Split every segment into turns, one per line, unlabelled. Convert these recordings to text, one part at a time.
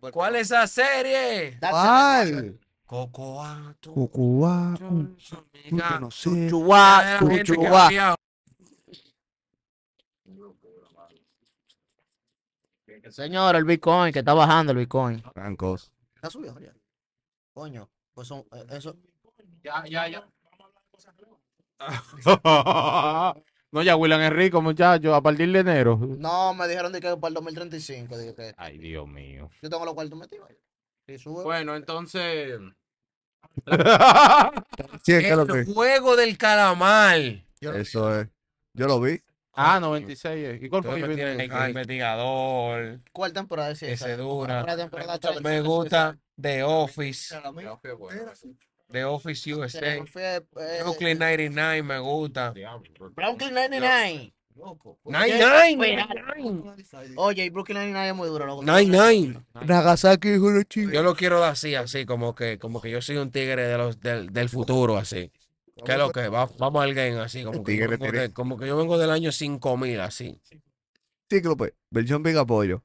Pues,
¿Cuál es esa serie?
Ah.
¿Cuál?
Cocoa, tú,
Cucubá,
tú,
un-
su
un
amiga,
no
tú,
sé.
ya
Ah,
Chuchuá,
la gente que
chuchuá.
había-
Señor, el Bitcoin, que está bajando el Bitcoin.
Francos.
Está subido ya. Coño, pues son, eh, eso.
Ya, ya, ya.
No, ya William Enrico, muchachos, a partir de enero.
No, me dijeron de que para el 2035. Dije que
Ay, Dios mío.
yo tengo los cuartos metidos. ahí. Si sube.
Bueno, entonces,
Sí, es que lo
el
que.
juego del calamar.
yo no-
Eso es. Yo lo vi.
Ah, 96. ¿Y cuál fue?
Ustedes me tienen
el
ahí con investigador,
¿Cuál temporada es
que
esa?
se dura.
Ahora temporada está-
Me gusta The Office,
Era la mía.
The Office
Se
USA.
me fue, eh,
pues, Brooklyn 99 me gusta.
Brooklyn 99.
pues, 99.
Oye, y Brooklyn 99 es muy duro,
pues,
loco.
99.
Nagasaki, hijo de
Yo lo quiero así, así, como que, como que yo soy un tigre de los, del, del futuro, así. ¿Qué es lo que? Va- vamos al game, así, como que, yo
Tigre,
vengo
tigre.
de- como que yo vengo del año 5000, así.
Cíclope. Versión Big Apoyo.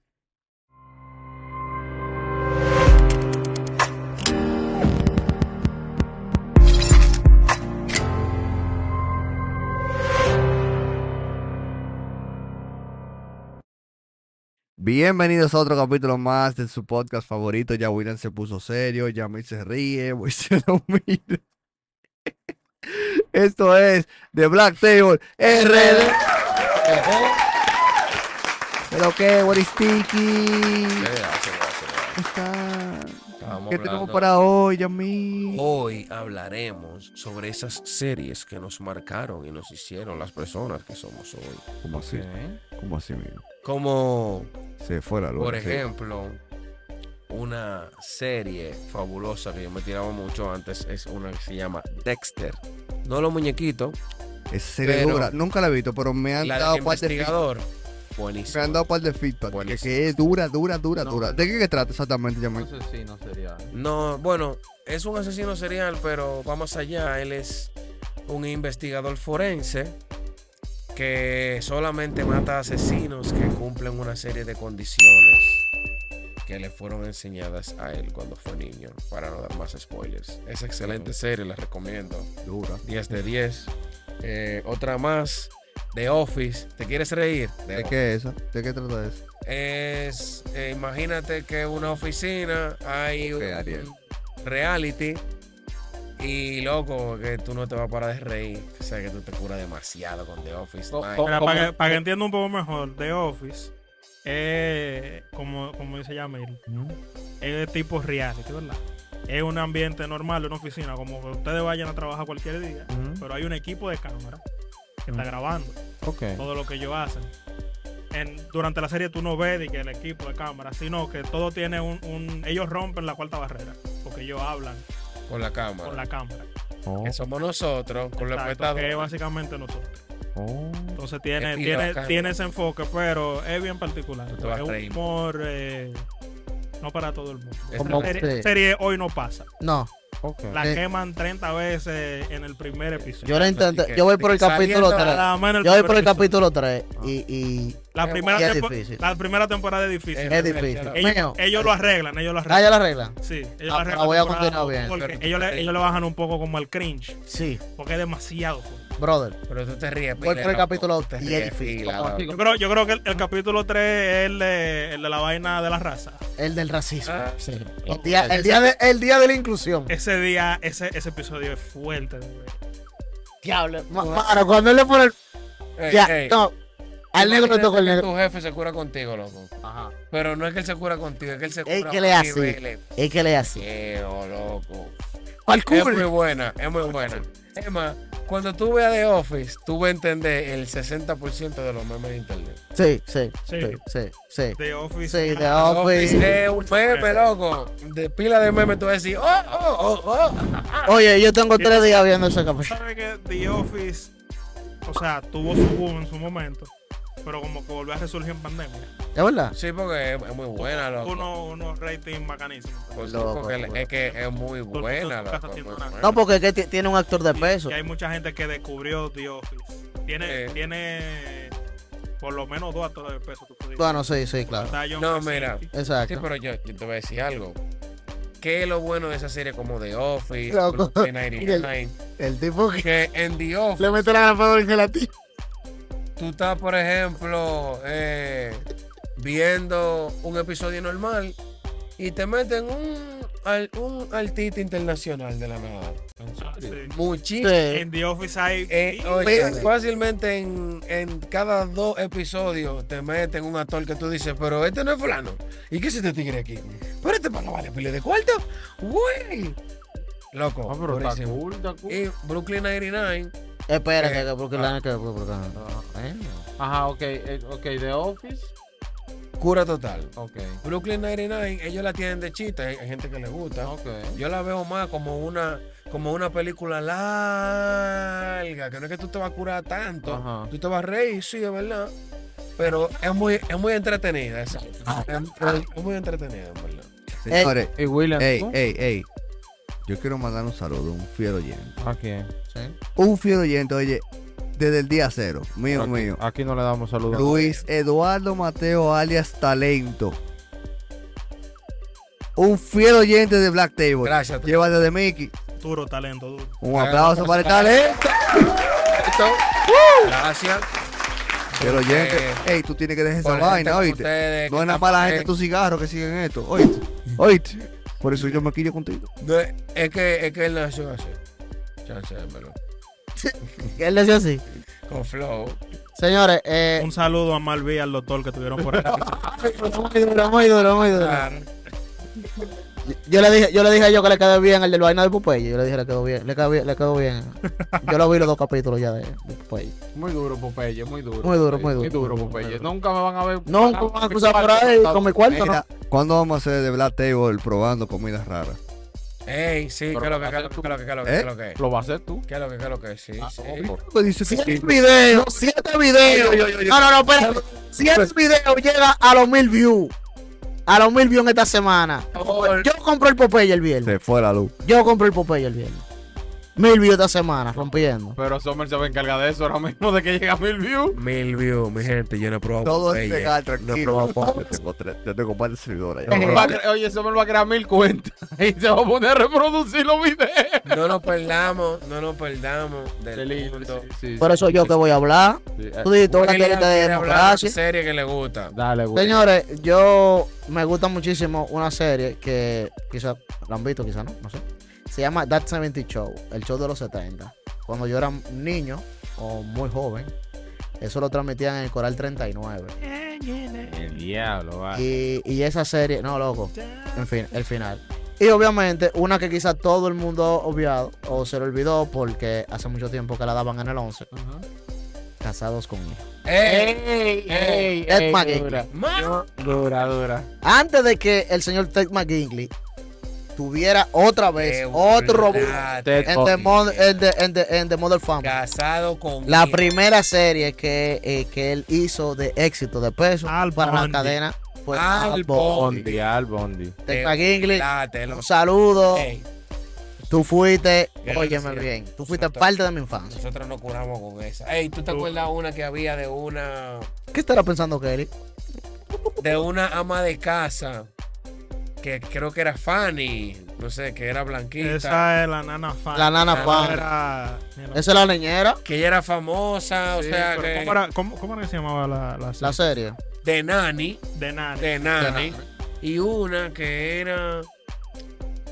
Bienvenidos a otro capítulo más de su podcast favorito. Ya William se puso serio, ya me se ríe, Moisés se lo mira. Esto es The Black Table RD. Pero qué, what is Tiki? Está- ¿Qué tenemos para hoy, Yami?
Hoy hablaremos sobre esas series que nos marcaron y nos hicieron las personas que somos hoy.
¿Cómo así? ¿Cómo así, amigo?
Como,
Se fue la luz.
por
sí.
ejemplo, una serie fabulosa que yo me tiraba mucho antes es una que se llama Dexter. No los muñequitos,
Esa serie
Pero-
dura. Nunca la he visto, pero me han
la
dado
del
par de feedback.
investigador.
Me
Buenísimo.
han dado par de feedback. Que,
Buenísimo.
que es dura, dura, dura,
No,
dura.
no.
¿De qué que trata exactamente, Yami?
sé si no sería.
No, bueno, es un asesino serial, pero va más allá. Él es un investigador forense que solamente mata asesinos que cumplen una serie de condiciones que le fueron enseñadas a él cuando fue niño, para no dar más spoilers. Es excelente serie, la recomiendo.
Dura.
10 de 10. Eh, otra más, The Office. ¿Te quieres reír? The
¿De qué es esa? ¿De qué trata eso?
es, eh, imagínate que una oficina hay
Ok,
un
Ariel.
reality y loco que tú no te vas a parar de reír, o sea que tú te curas demasiado con The Office.
Oh,
man.
oh.
Mira,
¿Cómo-
para, que, para que entienda un poco mejor, The Office es, como, como dice Yamil,
Mm,
es de tipo reality, ¿verdad? Es un ambiente normal, una oficina, como que ustedes vayan a trabajar cualquier día,
mm,
pero hay un equipo de cámara que está grabando
Ok.
todo lo que ellos hacen. En- durante la serie tú no ves de que el equipo de cámara, sino que todo tiene un, un- Ellos rompen la cuarta barrera, porque ellos hablan
con la cámara.
con la cámara.
Oh,
Que somos nosotros, con los
Exacto, que es
espectadores.
básicamente nosotros.
oh.
Entonces tiene,
Es pila
tiene,
bacano.
tiene ese enfoque, pero es bien particular.
Tú te vas
Es
a
un
reír. Eh,
humor eh, no para todo el mundo.
Es
Esta
como
serie,
usted.
serie hoy no pasa.
No,
Ok.
La
Eh.
queman 30 veces en el primer episodio.
yo lo intenté. Yo voy por el capítulo
Saliendo a
3.
Nada más en
Yo voy por el
primer episodio.
capítulo 3. Y, y
La primera,
y es
tempo-
difícil.
la primera temporada es difícil.
Eh,
es difícil.
ellos,
Mío.
ellos lo arreglan, ellos lo
Ah, ya
arreglan.
la regla.
Sí, ellos lo
Ah,
arreglan
la voy a
temporada
continuar bien.
Porque
Pero-
ellos le, ellos le bajan un poco como al cringe,
Sí,
porque es demasiado. fuerte.
brother.
Pero tú te ríes.
Voy
pila,
por el
loco.
capítulo
Te
10
ríes,
difícil.
pila,
¿Cómo así?
loco.
Yo creo, yo creo que el, el capítulo 3 es el de, el de la vaina de la raza.
El del racismo.
Ah,
Sí. El día, el día de, el día de la inclusión.
Ese día, ese, ese episodio es fuerte. de ver.
Diablo. ma- mano, cuando él le pone el.
Ey,
Ya,
ey,
no. Al negro le
imagínate
tocó el
que
negro.
Tu jefe se cura contigo, loco.
Ajá.
Pero no es que él se cura contigo, es que él se cura
Es que
por
le hace.
niveles.
Es que le hace.
Queo, loco.
Al
Es muy
culo.
buena, es muy buena. Emma, cuando tú veas The Office, tú vas a entender el 60% de los memes de internet.
Sí, sí,
Sí.
sí, sí, sí.
The Office.
Sí, The
The
Office.
Office es un meme, loco. De pila de memes tú vas a decir, oh, oh, oh, oh.
Oye, yo tengo tres días viendo ese capítulo.
¿Sabe que The Office, o sea, tuvo su boom en su momento, pero como que volvió a resurgir en pandemia?
¿Es verdad?
Sí, porque es, es muy buena, loco.
Uno, uno rating bacanísimo.
Por sí,
Loco,
porque
loco.
es que es muy buena,
Tú- tú- tú
loco.
estás
muy
haciendo
buena.
nada.
No, porque es que ti- tiene un actor de
Y-
peso.
Y hay mucha gente que descubrió The Office. Tiene,
Eh.
tiene por lo menos dos a tres pesos tú pudiste.
Bueno, sí, sí, claro.
Está John
No,
Krasinski.
mira. Sí,
Exacto.
pero yo, yo te voy a decir algo. ¿Qué es lo bueno de esa serie como The Office,
Loco.
Blue Bay 99?
El tipo que
Que en The Office
le mete la grabadora en gelatina.
tú estás, por ejemplo, eh, viendo un episodio normal y te meten un, al- un artista internacional de la nada.
Ah, sí.
Muchísimo.
Sí.
En The Office hay.
Eh,
y-
oye,
Ve-
fácilmente en, en cada dos episodios te meten un actor que tú dices, pero este no es fulano. ¿Y qué es este tigre aquí? Pero este para vale pile de cuarto. Güey. Loco.
Ah, pero está
durísimo.
cool, está cool.
Y Brooklyn 99,
Espérate,
Eh,
que porque la que porque la- eh.
Ajá, ok, eh, ok, The Office,
cura total.
ok,
Brooklyn 99, ellos la tienen de chita, hay, hay gente que les gusta.
ok.
Yo la veo más como una, como una película larga, que no es que tú te vas a curar tanto.
Ajá.
Tú te vas a reír, sí, es verdad. Pero es muy, es muy entretenida esa. Es, es- es muy entretenida, en verdad.
Señores,
¿Y William?
ey,
tú?
ey, ey. Yo quiero mandar un saludo a un fiel oyente.
¿A quién?
Sí.
Un fiel oyente, oye, desde el día cero. Mío,
Aquí-
Ah,
mío.
Aquí no le damos saludos.
Luis Eduardo Mateo alias Talento. Un fiel oyente de Black Table.
Gracias.
Llévate de Mickey.
Duro talento, duro.
Un aplauso para el talento.
Gracias.
Fiel oyente. Ey, tú tienes que dejar esa
por gente
vaina,
como
oíste.
ustedes que
No es nada
están-
para la
eh,
gente tus cigarros que siguen esto. Oíste. Oíste. Por eso yo me quillo contigo.
no es- es que, es que él nació así. Chance, en verdad.
Él decía así.
Con flow.
Señores, eh,
Un saludo a Malvi y al doctor que tuvieron por aquí.
muy duro, muy duro, muy duro.
Claro.
Yo- Yo le dije, yo le dije a ellos que le quedó bien el del vaina de Popeye. Yo le dije le quedó bien, le quedó bien, le quedó bien. Yo lo vi los dos capítulos ya de, de Popeye.
Muy duro, Popeye, muy duro.
Muy duro,
Popeye,
muy duro, muy duro,
Muy duro, Popeye.
muy duro.
Nunca me van a ver.
Nunca me van a cruzar por ahí con mi cuarto, ¿no?
Mira, ¿cuándo vamos a hacer de Black Table probando comidas raras?
Ey, sí,
Pero
que lo que,
hacer
que lo que,
tu-
que lo que, que lo
¿Eh?
que, que lo que.
Lo va a hacer tú.
Que lo que, que lo que,
Ah,
sí, sí.
Me dice que
Siete
sí.
videos, siete videos. No, no, no, espérate. Siete videos llega a los mil views. A los mil views en esta semana. Yo compro el Popeye el viernes.
Se fue la luz.
Yo compré el Popeye el viernes. Mil views esta semana, rompiendo.
Pero Sommer se va a encargar de eso ahora mismo, de que llega a mil views.
Mil views, mi gente, yo no he probado
Todo es
Popeye.
legal,
No he
tranquilo.
probado Popeye.
Yo tengo tres- Yo tengo un par de seguidores.
No,
Va a cre- Oye, Sommer va a crear mil cuentas y se va a poner a reproducir los videos.
No nos perdamos, no nos perdamos del
Delito,
mundo.
sí, sí,
Por
sí,
eso yo
sí,
que voy a hablar.
sí. Eh,
Tú dices, toda una teoría de
William quiere hablar de
democracia.
una serie que le gusta.
Dale, güey.
Señores, yo me gusta muchísimo una serie que quizás la han visto, quizás no, no sé. Se llama That 70 Show, el show de los 70. Cuando yo era un niño o muy joven, eso lo transmitían en el Coral 39.
El diablo, va.
Y, y esa serie, no, loco, en fin, el final. Y obviamente, una que quizás todo el mundo obviado o se lo olvidó porque hace mucho tiempo que la daban en el 11,
Ajá.
Casados con Hijos. Eh,
¡Ey! ¡Ey!
Ted McGinley.
Dura,
¡Más!
dura, dura.
Antes de que el señor Ted McGinley tuviera otra vez
Qué
otro Este
verdad,
Ted
en the,
Bundy.
Mod- en the- en the- en the Model Family.
Casado con.
La
hijos.
primera serie que, eh, que él hizo de éxito de peso
Al
para
Bundy.
la cadena fue
Al
Al Bundy.
Bondi, al Bondi.
Ted
Eh,
McGinley,
Date, lo-
un saludo.
Ey,
Tú fuiste,
Gracias.
óyeme bien, tú fuiste
Exacto.
parte de mi infancia.
Nosotros no curamos con esa. Ey, ¿tú te
Tú-
acuerdas una que había de una.
¿Qué estará pensando Kelly?
de una ama de casa? Que creo que era Fanny. No sé, que era blanquita.
Esa es la nana fan.
La nana
la
Fan.
Era- mira,
Esa es la niñera,
Que ella era famosa, o
sí,
sea
pero
que.
¿cómo, era, cómo- cómo era que se llamaba la,
la
la serie?
serie.
De Nani.
de nana?
de Nani y una que era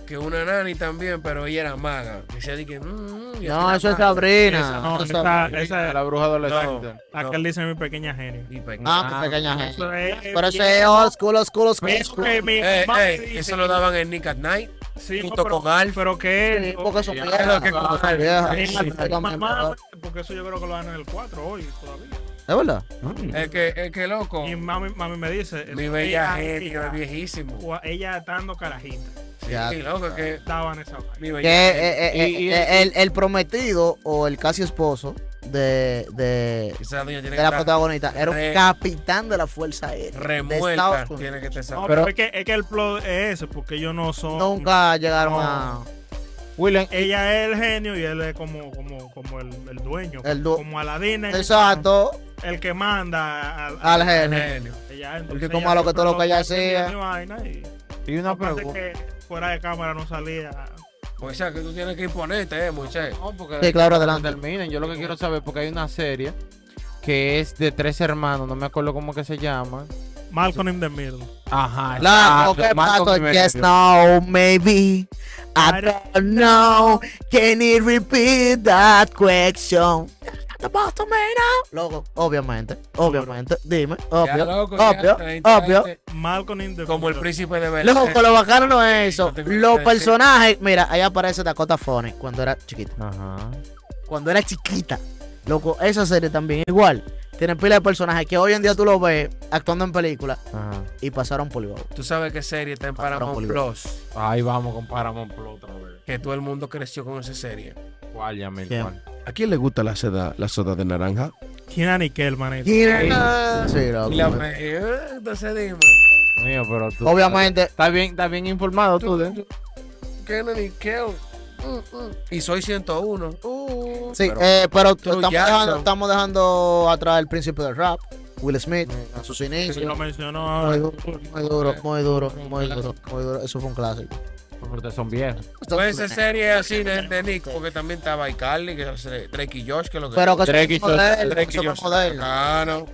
que una Nani también, pero ella era maga. Decía de que mm, mm, y
No,
hacía
eso es
magia.
Esa-
Sabrina.
no,
Eso es
esa,
Sabrina.
esa es la,
La bruja adolescente.
la que él dice mi pequeña genio.
Y pues, pe-
Ah, qué pequeña gente.
Eso es-
Pero eso es old school, old school, old school, old
Eso
school.
que mi
Eh,
mamá
eh,
me pues, dice
eso lo
que-
daban en Nick at Night.
sí,
junto
no, pero,
con Alf.
Pero que
Sí, porque son
Ya,
viejas,
lo
Ah,
que-
porque son viejas.
Sí,
Sí,
Mamá,
prácticamente.
porque eso yo creo que lo dan en el 4 hoy todavía.
¿Es verdad?
Es que, es que loco,
Y mami, mami me dice.
Oh. mi
eso,
bella
ella-
genio es
ella-
viejísimo.
cua- Ella estando carajita.
Ya.
Y loco, es que
Estaban esa vaina.
mi bella
Que eh,
genio.
eh, eh,
Y- y-
eh, el, el prometido o el casi esposo de, de,
Esa doña tiene
de
que
la
estar
protagonista era
re-
un capitán de la Fuerza Aérea. de
remuelta.
Estados Unidos.
Tiene que estar
No,
esa-
pero
Pero-
es que, es que el plot es ese, porque ellos no son.
Nunca llegaron
No.
a. William,
Ella es el genio y él es como, como, como el, el dueño.
El du-
como Aladín es el-
exacto,
el que manda al,
al genio.
Genio.
Ella,
El que
entonces
coma
ella
lo que todo lo que ella
siempre
sea.
mi vaina y
Y una
aparte
pregunta.
que fuera de cámara no salía.
O sea, que tú tienes que imponerte, eh, muchacho.
No, porque
Sí, claro, adelante.
terminen. Yo lo que quiero saber, porque hay una serie que es de tres hermanos, no me acuerdo cómo que se llama.
Malcolm in the Middle.
Ajá. ah,
Loco,
exacto,
¿qué
Malcolm
pasó?
y medio.
Yes, no, maybe. I
I
don't know. Can you repeat that question? The bottom man out. Loco, obviamente, obviamente. Dime, obvio,
loco, ya,
obvio,
treinta,
obvio.
treinta,
Malcolm in the
Como el
Middle.
príncipe de Belén.
Loco, lo bacano no es eso.
No tengo
Los
que decir.
personajes, mira, ahí aparece Dakota Fanning cuando era chiquita.
Ajá.
Cuando era chiquita. Loco, esa serie también igual. Tiene pila de personajes que hoy en día tú los ves actuando en películas
Ajá.
y pasaron por el bobo.
Tú sabes qué serie está en Paramount
Paramount
Plus.
Ahí vamos con Paramount Plus otra vez.
Que todo el mundo creció con esa serie.
¿Cuál, Yamil?
¿Quién?
¿Cuál?
¿A quién le gusta la soda, la soda de naranja?
Kenan y Kel, manito.
Sí, loco.
Y la me- eh, Entonces dime.
Mío, pero tú.
Obviamente,
Estás bien, estás bien informado tú, ¿eh?
Kennedy Kell. Mm, mm. Y soy 101. Uh,
Sí, eh, pero,
pero- Pero
estamos,
Jackson.
dejando, estamos dejando atrás el príncipe del rap, Will Smith, en sus inicios.
Si lo mencionó
Muy
ahora.
duro, muy duro, muy duro, muy duro, muy duro. Eso fue un clásico.
Pero ustedes son viejos.
Pues esa serie así de, de Nick, porque también estaba iCarly, que es Drake y Josh, que lo que
Pero que
Drake y
son modernos,
Drake y
son
Josh.
modernos.
Claro.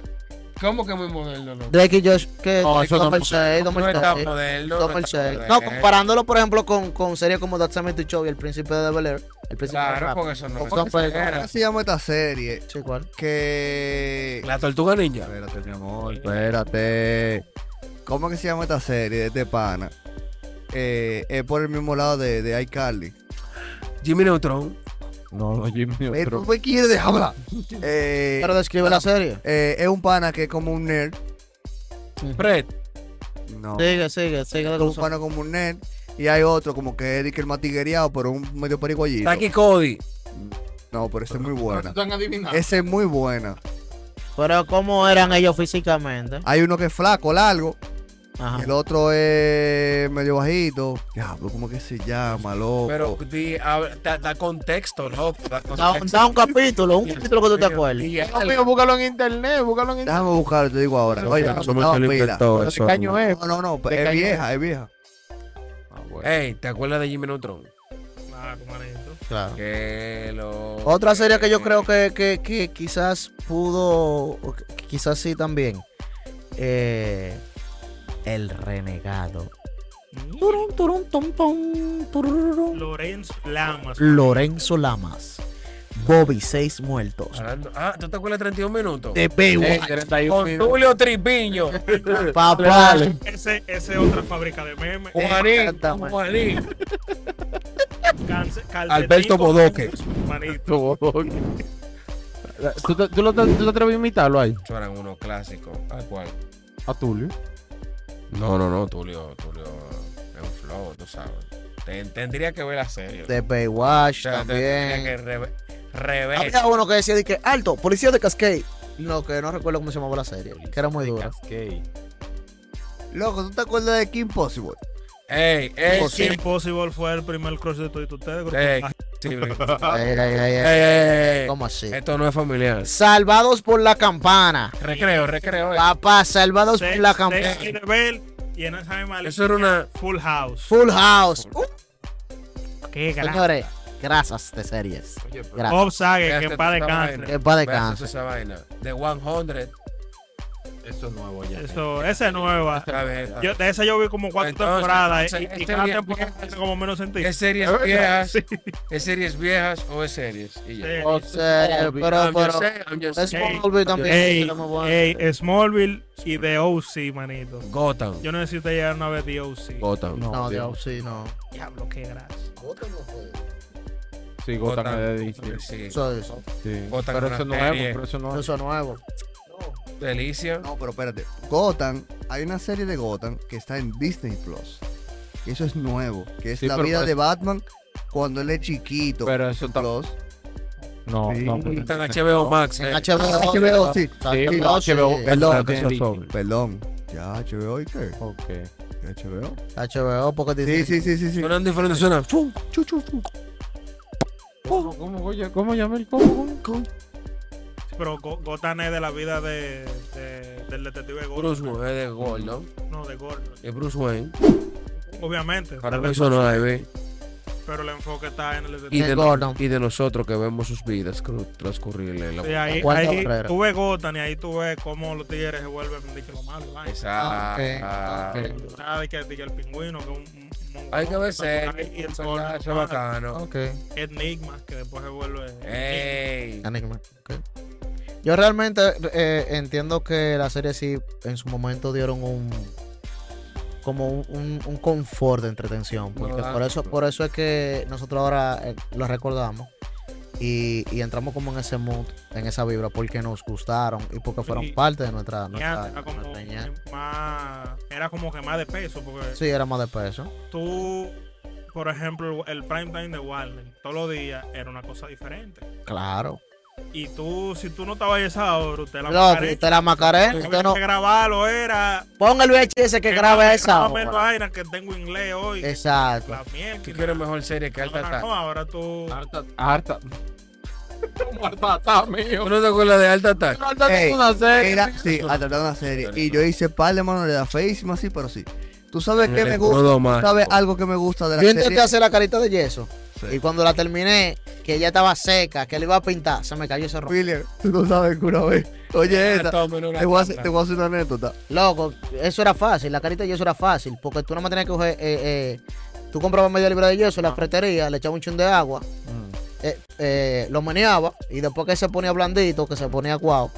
¿Cómo que muy moderno, loco?
Drake y Josh, que
No, eso no-
2006,
No está
2006,
moderno. no está
2006. No,
moderno.
comparándolo, por ejemplo, con, con series como That 70 Show y El Príncipe de Bel Air, El Príncipe del
Claro,
Rap.
porque eso no
Son películas.
era.
¿Cómo se llama esta serie?
Sí, ¿cuál?
Que.
La tortuga ninja.
Espérate, mi amor, espérate. ¿Cómo que se llama esta serie de este pana? Eh, es por el mismo lado de, de iCarly.
Jimmy Neutron.
No, no, Jimmy.
Eh, ¿Tú
Otro.
me quieres dejar hablar? Eh,
Pero describe la serie.
eh, es un pana que es como un nerd.
Fred.
No.
Sigue, sigue, sigue. la
Es un
cosa.
pana como un nerd. Y hay otro como que es de que el matiguereado, pero un medio perigollito.
Taki Cody.
No, pero esa es muy
No
buena.
están adivinando.
Esa es muy buena.
Pero, ¿cómo eran ellos físicamente?
Hay uno que es flaco, largo.
Ajá.
Y
Ah.
el otro es medio bajito. Diablo, ¿cómo que se llama, loco?
Pero di- hab- da, da contexto, ¿no?
Da,
Da
un-
contexto.
da un capítulo, un
Dios
capítulo que tú te
mío.
acuerdes.
Y
No,
el-
mío, búscalo en internet, búscalo en internet.
Déjame buscarlo, te digo ahora. Oye,
Eso
no,
me se lo
pila.
inventó,
¿Pero
eso.
¿Qué año es?
No, no, no,
¿De qué
es
año
vieja, es vieja.
Ah, bueno.
Ey, ¿te acuerdas de Jimmy Neutron?
Claro, manito.
Claro.
Que lo...
Otra serie que yo creo que, que- que quizás pudo, o que- que quizás sí también. eh, el renegado. Turun, turun, tum, tum, turururu.
Lorenz Lamas.
Lorenzo Lamas. Bobby, seis muertos.
Hablando- Ah, ¿tú te acuerdas de 31 minutos?
De
Eh,
Baywatch.
31
Con
minutos.
Tulio Tripiño.
Papá.
Ese ese es otra fábrica de memes.
Oh.
Juanín.
Exactamente.
Juanín.
Calce- calcetín
Alberto
con
Bodoque.
memes, Manito.
Tú, ok. ¿Tú, te- tú lo, tú te atreves a imitarlo ahí?
Eso eran unos clásicos. ¿Al cual?
A Tulio.
No, no, no, Tulio. Tulio es un flow, tú sabes. Ten- tendría que ver la serie.
De
O
Baywatch
sea, te- tendría
también.
que reve- rever.
Había uno que decía de que alto, policía de Cascade. No, que no recuerdo cómo se llamaba la serie. Que era muy dura.
Cascade.
Loco, ¿tú te acuerdas de Kim Possible?
Ey, ey,
Pues
sí.
Impossible fue el primer cross de todos ustedes. grupo.
Ey,
Ah,
sí, ey,
Ay, ay, ay, ay.
ey, ey, ey.
Eh, ¿Cómo así?
Eh, Esto no es familiar.
Salvados por la campana.
Recreo, recreo.
eh.
ey.
Papá, salvados
Sex,
por la
Sex
campana.
in the Bell y en Anaheim, Alemania,
Eso era una.
Full House.
Full House. Uh,
Qué gracia.
señores, grasas de series.
Oye, pero-
Gracias.
Bob Saget,
Gracias,
que para de
esa vaina.
Que va de
Veas
cáncer.
esa vaina. De 100.
Eso es nuevo ya.
Eso, esa es nueva.
Otra vez.
Yo, de esa yo vi como cuatro
Entonces,
temporadas
entonces,
y- y,
este
cada
día-
temporada hace como menos sentido.
¿Es series
Es verdad,
viejas? ¿Es series viejas o es series? Y ya.
Sí.
Oh,
Series,
Bobby.
pero,
I'm just
pero.
saying, I'm just saying.
Smallville también.
Ey,
era muy bueno.
ey, Smallville y The OC, manito.
Gotham.
Yo no sé si ustedes llegaron a ver The
Oh.
OC.
Gotham.
No,
No,
Dios.
Dios, sí, no.
Diablo, qué gracia.
Sí, Gotham
Gotham.
es de DC.
Sí.
Eso es eso.
Sí.
Gotham
Pero
es
eso es
una
nuevo,
serie.
pero eso no es.
Eso es nuevo.
Delicia.
No, pero espérate. Gotham, hay una serie de Gotham que está en Disney Plus. Y eso es nuevo. Que es
Sí,
la
pero
vida
parece-
de Batman cuando él es chiquito.
Pero eso está.
Plus.
No, pues,
Sí.
no. pero-
Está en HBO Max. eh.
En HBO.
HBO, sí.
Sí,
HBO, sí.
HBO.
Perdón,
Está en
eso-
Disney.
Perdón. Ya, HBO, ¿y qué?
Ok.
¿Qué HBO?
HBO, porque
Sí,
dice.
sí, sí, sí. sí.
Suenan diferentes, suenan. ¡fum!
Chu, chu, chu.
¿Cómo, cómo, coño? ¿Cómo, Yamil? ¿Cómo, cómo?
Pero Go- Gotham es de la vida de, de- del detective
Bruce
Gordon.
Wayne es de Gordon.
No, de Gordon.
Es Bruce Wayne.
Obviamente.
Ahora
tal
me
vez,
hizo no la vi.
pero el enfoque está en el
Y
detective.
de,
Es Gordon.
y de nosotros que vemos sus vidas cru- transcurrir en la
Sí, ahí,
Cuarta
ahí
barrera.
tú ves Gotham y ahí tú ves cómo los tigres se vuelven de que lo malo. ¿verdad?
Esa-
Ah, ok, ok.
Nada de que, de que el pingüino, que un, un- un-
Hay que ver
un- y
series,
el
personajes, eso es
Gordon, Ah,
bacano.
Ok,
Enigmas, que después se vuelve.
Ey.
Enigma. ok.
Yo realmente eh, entiendo que la serie sí en su momento dieron un como un, un- un confort de entretención. Porque
ah,
No,
por eso, por eso es que nosotros ahora eh, lo recordamos. Y, y entramos como en ese mood, en esa vibra, porque nos gustaron y porque fueron
Sí.
parte de nuestra,
Y
nuestra,
antes era como,
nuestra niñez.
más, era como que más de peso, porque
Sí, era más de peso.
tú, por ejemplo, el prime time de Warner, todos los días era una cosa diferente.
Claro.
Y tú, si tú no estabas ahí esa hora, usted la
Loco,
macarena,
usted la macarena.
había
Usted no,
que grabarlo, era.
ponga el VHS que
era-
grabe esa.
graba menos
hora.
vaina que tengo inglés hoy.
Exacto.
La mierda.
¿Tú quieres mejor serie que Alta
Ahora
Tata?
no, ahora tú.
Ah,
Harta, harta. ¿Cómo harta, está, mío?
¿Tú no te acuerdas de Alta Attack?
Harta
Ey,
es una serie.
Era, sí, a tratar una serie. Y yo hice par de manualidades feísimas, sí, pero sí. ¿Tú sabes
Eh,
qué me gusta?
Todo mal.
¿Sabes algo que me gusta de la
Yo intenté
serie?
hacer la carita de yeso.
Sí.
Y cuando la terminé, que ya estaba seca, que le iba a pintar, se me cayó ese rojo.
William, tú no sabes que una vez. Oye, esta,
Todo menos la
te voy a hacer,
Tata.
te voy a hacer una anécdota.
Loco, eso era fácil, la carita de yeso era fácil, porque tú no me tenías que coger. eh, eh, tú comprabas media libra de yeso en la fretería, le echabas un chun de agua, eh, eh, lo meneaba, y después que se ponía blandito, que se ponía guau,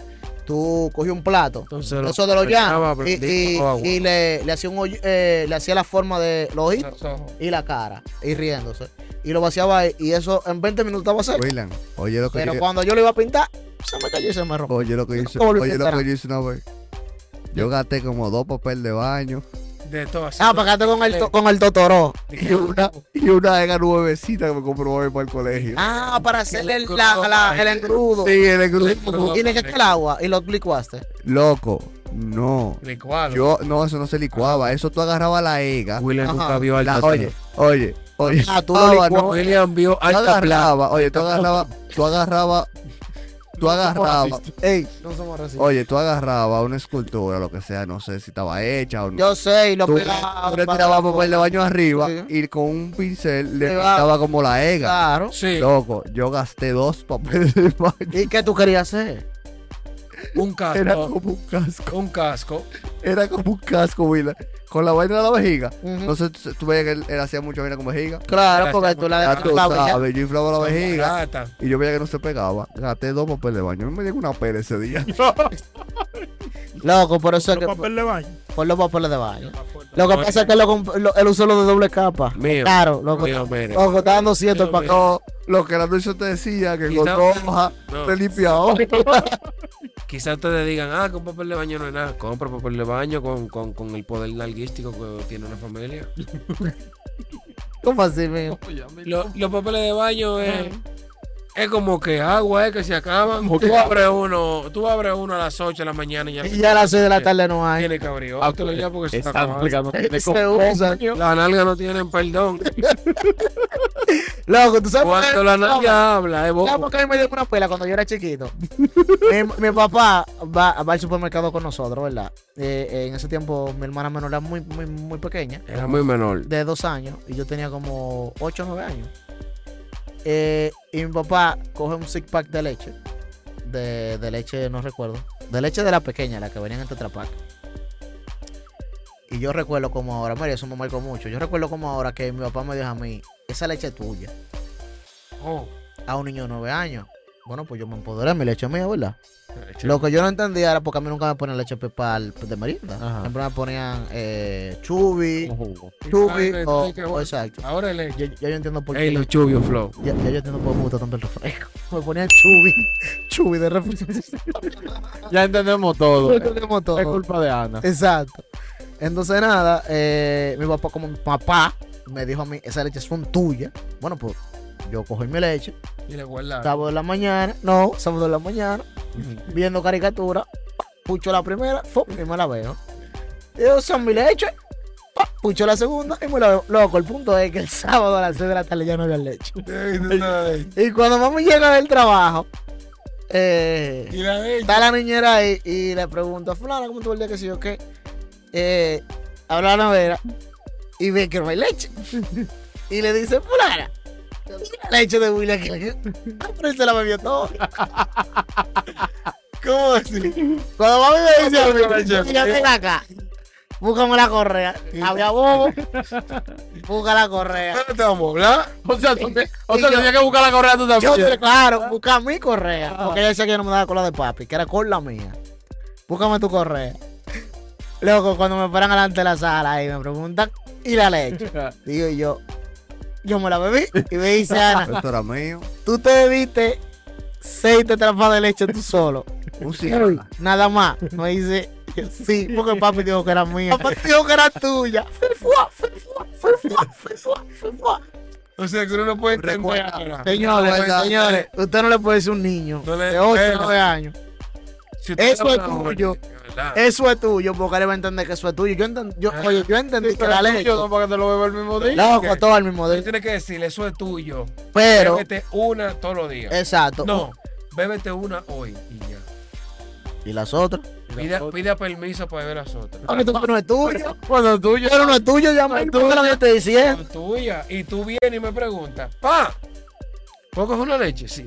tú cogías un plato,
Entonces,
eso de los
echaba
llanos, y, y-
blandito o agua.
y le, le hacía un hoyo- eh, le hacía la forma de los ojitos
Los ojos.
y la cara, y riéndose. Y lo vaciaba ahí, y eso en 20 minutos estaba seco.
William, oye lo que
Pero
yo,
cuando yo lo iba a pintar, se me cayó y se me rompió.
oye lo que yo hice,
¿Cómo volviste
oye
a
lo que
estar?
yo hice una vez. Yo gasté como dos papel de baño
De todo así.
Ah, pagaste con el, to- con el Totoro.
De
y
que-
una, y una era nuevecita que me compró hoy para el colegio.
Ah, para hacerle el,
engrudo,
la- la-
ay.
el engrudo.
Sí, en el
de-
grupo.
Y le echaste el agua y lo licuaste.
Loco, no.
de cuadro.
Yo, no, eso no se licuaba. Eso tú agarrabas la ega.
William
Ajá.
nunca vio Alta
la-
Attack.
oye, oye, oye.
Ah, tú lo
licuabas,
licuabas.
no,
William vio
Tú
Alta Plata.
agarrabas, oye, tú agarrabas, tú agarrabas, tú agarrabas, ey,
No somos racistas.
oye, tú agarrabas una escultura, lo que sea, no sé si estaba hecha o no.
Yo sé, y lo
tú,
pegaba.
tú le tirabas papel de baño arriba
Sí.
y con un pincel le
Te va- Ah,
pintaba como la ega.
Claro.
Sí,
Loco, yo gasté dos papeles de baño.
¿Y qué tú querías hacer?
un
Era
casco.
como un casco,
Un casco.
era como un casco, Willa. Con la vaina de la vejiga.
Ujú.
Entonces tú- tú veías que él, él hacía mucha vaina con vejiga.
Claro, porque tú Ah, la
Ya tú
dejabas. ya.
sabes, yo inflaba la
con
vejiga.
barata.
Y yo veía que no se pegaba. Gasté dos papeles de baño. Me dio una pera ese día.
Loco, por eso es
Los
que.
papel de baño.
Por los papeles de baño.
Está fuerte.
Lo que pasa es que lo comp- lo- él usó los de doble capa.
Mío.
Claro, loco.
Mío, mire.
Loco, está dando 100 el
Mío,
paquete.
No, lo que el anuncio te decía, que
Y
con
no-
dos hojas
no.
te limpiaba.
Quizás ustedes digan, ah, con papel de baño no es nada. Compra papel de baño con, con, con el poder nalguístico que tiene una familia.
¿Cómo así, mío?
Oye, Yamil,
Lo- los papeles de baño es, es como que agua, es que se acaban.
Como
Tú
que-
abres uno, tú abres uno a las 8 de la mañana y ya
Y ya a las 6 de la tarde no hay.
tiene que abrir
Ah,
otro ya porque se está
Esa
acabando.
nalga no tiene
Se
cómo.
usa.
Las nalgas no tienen perdón.
Loco, tú sabes. por qué?
Cuando la nalga habla,
¿Sabes
es bobo.
por qué a mí me dio una pela cuando yo era chiquito? mi, mi papá va, va al supermercado con nosotros, ¿verdad? Eh, eh, en ese tiempo mi hermana menor era muy, muy, muy pequeña,
Era muy menor.
de dos años, y yo tenía como ocho o nueve años. Eh, y mi papá coge un six pack de leche, de, de leche, no recuerdo, de leche de la pequeña, la que venía en el tetrapack. Y yo recuerdo como ahora, mira, eso me marcó mucho. Yo recuerdo como ahora que mi papá me dijo a mí, esa leche es tuya
Oh.
a un niño de 9 años. Bueno, pues yo me empoderé, mi leche es mía, ¿verdad? Lo que yo no entendía era porque a mí nunca me ponían leche pepal de merienda.
Ajá.
Siempre me ponían eh, chubi,
Como jugo.
chubi
Ay,
o,
ay,
Este
qué
o
bueno.
exacto.
Ahora le
Ya, ya yo entiendo por
Ey,
qué.
los chubios, Flow.
Ya, ya yo entiendo por qué me gusta tanto el refresco. Me ponían chubi, chubi de refresco.
Ya entendemos todo.
Lo
Es
entendemos todo.
culpa de Ana.
Exacto. Entonces, nada, eh, mi papá, como mi papá, me dijo a mí, esas leches son tuyas. Bueno, pues yo cogí mi leche,
Y le guarda.
Sábado en la mañana, no, sábado en la mañana, viendo caricatura, pucho la primera, fue, y me la veo. Y yo, son mi leche, pa, puchó la segunda y me la Loco, el punto es que el sábado a las 6 de la tarde ya no había leche. Y cuando mami llega del trabajo, eh,
Y la de
está la niñera ahí y le pregunta, fulana, ¿cómo tuvo el día que sí o qué? Eh, habla la nevera y ve que no hay leche. y le dice, fulana, mira la leche de William que ah, pero él se la bebió todo.
¿Cómo así?
Cuando mami me dice a
¿Cómo la
mí,
leche?
mira, ven acá. Búscame la correa. Había bobo. Busca la correa.
¿Dónde te vamos a hablar?
O sea, tú te- o
Y
sea,
yo-
tenía que buscar la correa tú
Yo, Ah.
también.
claro, busca mi correa. Porque ella decía que yo no me daba cola de papi, que era cola mía. Búscame tu correa. Loco, cuando me paran delante de la sala y me preguntan, ¿y la leche? Digo yo, yo me la bebí. Y me dice Ana,
Esto era mío.
tú te bebiste seis tetrapas de leche tú solo.
Un cigarro.
Nada más. Me dice, sí, porque papi dijo que era mía. Papi dijo que era tuya. Fui, fuá, fui, fuá, fui, fuá, fui, fuá, fui, fuá.
O sea, que uno no puede entender
Recuerda.
ahora.
Señores,
Recuerda-
señores, usted no le puede decir a un niño
No le-
de 8
Espera.
9 años.
Si usted
Eso
habla
es tuyo.
hoy, de verdad.
Eso es tuyo, porque él va a entender que eso es tuyo. Yo, enten- yo,
Ah.
oye, yo entendí que la leche.
Yo no, porque te lo bebo el mismo día.
Loco, todo al mismo
Tú
día.
tienes que decirle, eso es tuyo.
Pero,
Bébete una todos los días.
exacto.
No, bébete una hoy y ya.
¿Y las otras?
Pida, pida permiso para beber las otras.
Porque tú no es tuyo.
Cuando tú yo
Pero no es tuyo, ya me tú lo que estoy diciendo.
Son tuyas. Y tú vienes y me preguntas, pa, ¿puedo coger una leche? Sí.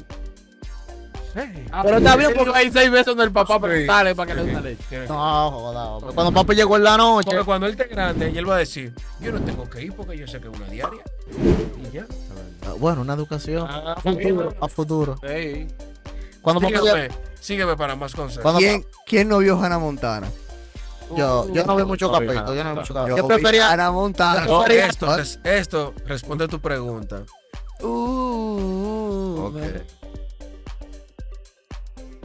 Sí.
Ah,
Pero está bien
porque hay seis besos del papá
Sí.
para preguntarle para que le dé una leche.
Tiene que-
No, joda, hombre. Cuando papi llegó en la noche.
Porque cuando él esté grande, y él va a decir, yo no tengo que ir porque yo sé que es una diaria. Y ya.
Ah, Bueno, una educación.
Ah,
a futuro. A futuro.
Sí.
Cuando papi llegó.
Sígueme, sígueme para más consejos.
Cuando
¿Quién, ¿Quién no vio Hannah Montana?
Yo, yo no veo mucho
No,
capítulo.
hija,
Yo no veo mucho
Yo
capítulo. Ah, Yo
vi
prefería.
Hannah Montana.
No,
Sorry.
esto, es- esto responde a tu pregunta.
Ok.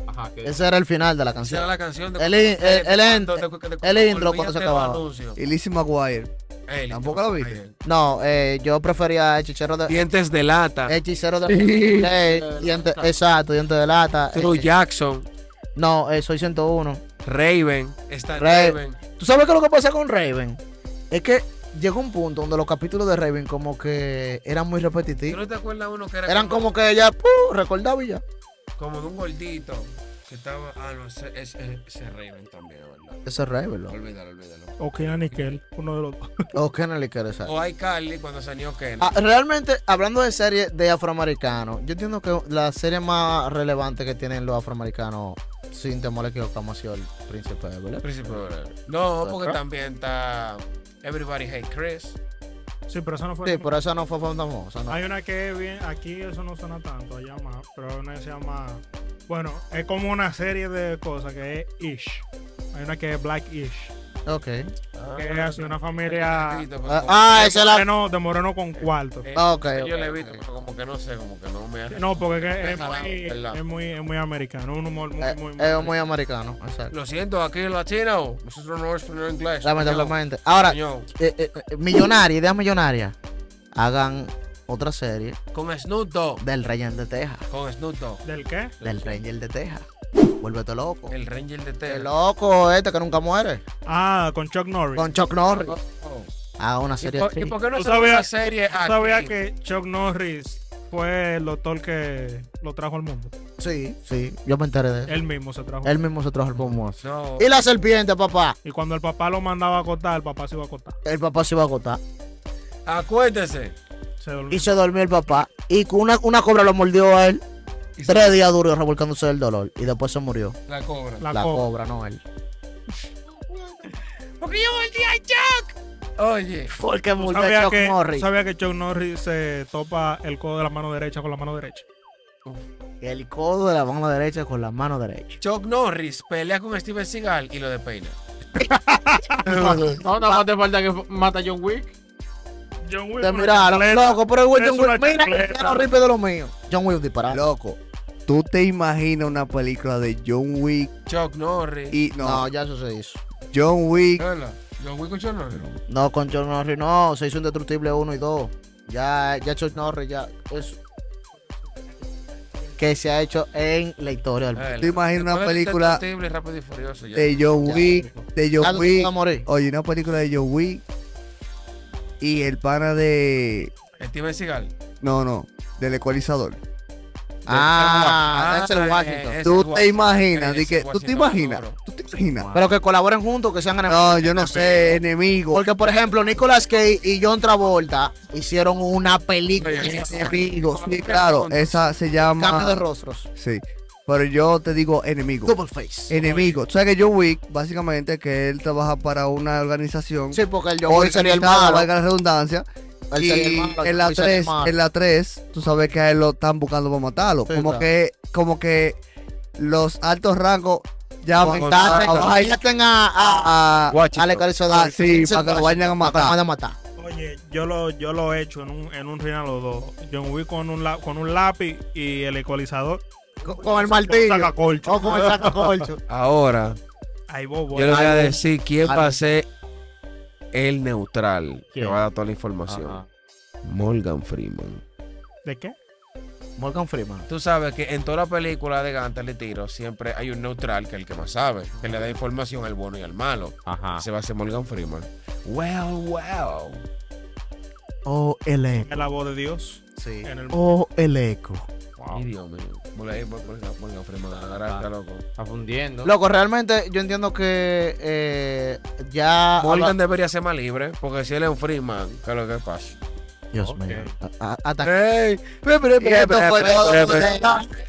Ajá, que-
Ese era el final de la
Esa era
canción.
la canción de
El, in- el, el end-
de- de- de-
el intro cuando
olvídate
se
de los
acababa.
anuncios.
Y Lizzie McGuire.
El
¿Tampoco
intro.
lo viste?
No, eh, yo prefería Hechicero de.
Dientes de lata.
Hechicero de. Eh, diente- exacto, diente de lata.
True
Hechi-
Jackson,
No, eh, soy 101.
Raven, está
Ra-
Raven.
¿Tú sabes qué es lo que pasa con Raven? Es que llegó un punto donde los capítulos de Raven como que eran muy
¿Tú
repetitivos.
no te acuerdas uno que era
Eran como que ella ¡puh! recordaba y ya.
como de un gordito que estaba. Ah, no, ese, ese, ese Raven también, ¿verdad?
Ese es Raven, loco.
Olvídalo, olvídalo.
O Kenan y Kel, uno de los dos.
O Kennedy que era esa.
O iCarly cuando salió Ken.
Ah, realmente, hablando de series de afroamericanos, yo entiendo que la serie más relevante que tienen los afroamericanos, sin temor a equivocarme, ha sido el príncipe, ¿verdad?
Príncipe de Bel-Air. No, porque también está Everybody Hate Chris.
Sí, pero eso no fue.
Sí, por eso no fue famosa. No.
Hay una que es bien, aquí eso no suena tanto, allá más, pero hay una que se llama, bueno, es como una serie de cosas que es Ish. Hay una que es Black Ish,
Ok.
Ah. que es así, una familia
Bendito, pues,
Ah,
como-
ah,
de
esa es la.
moreno, de moreno con cuarto.
eh,
Ah, ok.
Yo la he
ok,
visto,
ok.
pero como que no sé, como que no me ha-
No, porque es, que es
Ojalá,
muy,
ojalá.
es, muy, es muy americano, un humor muy,
Eh,
muy, muy
Es muy americano, exacto.
Lo siento, aquí en latino, nosotros no hablamos inglés.
Lamentablemente. Ahora,
Coño,
eh, eh, eh, millonaria, ideas millonarias, hagan otra serie
Con Snoop Dogg,
del Ranger de Texas.
con Snoop Dogg,
¿Del qué?
Del Ranger de Texas. Vuélvete loco.
el Ranger de
El
Tela.
loco este que nunca muere.
Ah, con Chuck Norris.
Con Chuck Norris. Haga una
¿Y
serie
por, y
así.
por qué no
Tú
se ve
sabías-
una serie
Yo sabía
aquí?
que Chuck Norris fue el doctor que lo trajo al mundo.
Sí, sí. Yo me enteré de eso.
Él mismo se trajo.
Él mismo se trajo el bombo así.
No,
Y la serpiente, papá.
Y cuando el papá lo mandaba a acotar, el papá se iba a acotar.
El papá se iba a agotar.
acuérdese.
Se dormía.
Y se dormió el papá. Y con una, una cobra lo mordió a él.
Y se-
Tres días duros revolcándose del dolor. Y después se murió.
La cobra.
La,
La
co-
cobra, no él.
Porque yo volví a Jack. Oye,
Porque mordió a
sabía
Chuck
que,
Norris.
sabía que Chuck Norris se topa el codo de la mano derecha con la mano derecha.
El codo de la mano derecha con la mano derecha.
Chuck Norris pelea con Steven Seagal y lo despeina.
No, no más te falta que mata a John Wick.
John Wick.
Te miraron, loco, pero el güey
Es
John Wick,
una
mira,
chacleta.
ya no ripe de lo mío. John Wick disparado.
Loco. ¿Tú te imaginas una película de John Wick
Chuck Norris.
y. No,
No, ya eso se hizo.
John Wick.
Hola, Yo voy con Chuck Norris.
No, con John Norris no, se hizo Indestructible 1 y 2. Ya, ya Chuck Norris, ya. Eso. Que se ha hecho en la historia del
Hola.
¿Te imaginas una
Después de
película
Indestructible, rápido y furioso. ya.
De John
Ya.
Wick. De
Ya tú
John
te vas
Wick.
a morir.
Oye, una película de John Wick y el pana de.
Steven Seagal.
No, no, del ecualizador.
Ah, ese es el Washington.
eh, ese es
Tú te
Washington.
imaginas,
Ese
di
es
que, tú te
Washington,
imaginas,
seguro.
tú te imaginas.
Wow.
Pero que colaboren juntos, que sean enemigos.
No, yo no sé, enemigo.
Porque, por ejemplo, Nicolas Cage y John Travolta hicieron una película.
Oye,
Enemigo, sí, claro, esa se
Cambio de
llama.
rostros.
Sí, pero yo te digo enemigo.
Double face.
Enemigo. Tú sabes que John Wick, básicamente, que él trabaja para una organización.
Sí, porque el John Wick sería el
organizada,
malo.
valga la redundancia.
Él
Y
sería el malo, el
en la
John Wick sería el
3,
malo.
en la 3, tú sabes que a él lo están buscando para matarlo.
Sí,
como
claro.
que, como que los altos rangos ya
Contraten,
a- a-
Ahí ya tenga a.
a-
Guachi.
Ale
Ah, sí, para que lo vayan a matar.
Van a matar.
Oye, yo lo, yo lo he hecho en un, en un Real los dos. John Wick con un, la- con un lápiz y el ecualizador.
Con, con el
Con
martillo.
sacacorcho.
O con el sacacorcho.
Ahora,
Ahí bobo.
yo le voy a
Algo.
decir quién va
Algo.
a ser el neutral que
¿Quién?
va a dar toda la información.
Ajá.
Morgan Freeman.
¿De qué?
Morgan Freeman.
Tú sabes que en toda la película de Gantas de tiro siempre hay un neutral que es el que más sabe, que le da información al bueno y al malo.
Ajá.
Se va a hacer Morgan Freeman. Well, well.
Oh, el eco.
En la voz de Dios.
Sí.
En el
Oh, el eco.
Wow.
Y Dios mío. Por ahí, por- por acá, Morgan Freeman, agarraste, loco.
Está fundiendo.
Loco, realmente yo entiendo que eh, ya.
Morgan debería ser más libre, porque si él es un Freeman, ¿qué es lo que pasa?
Dios
Ok.
mío.
habla- a- a- hasta-
¡Ey!
Y esto fue todo.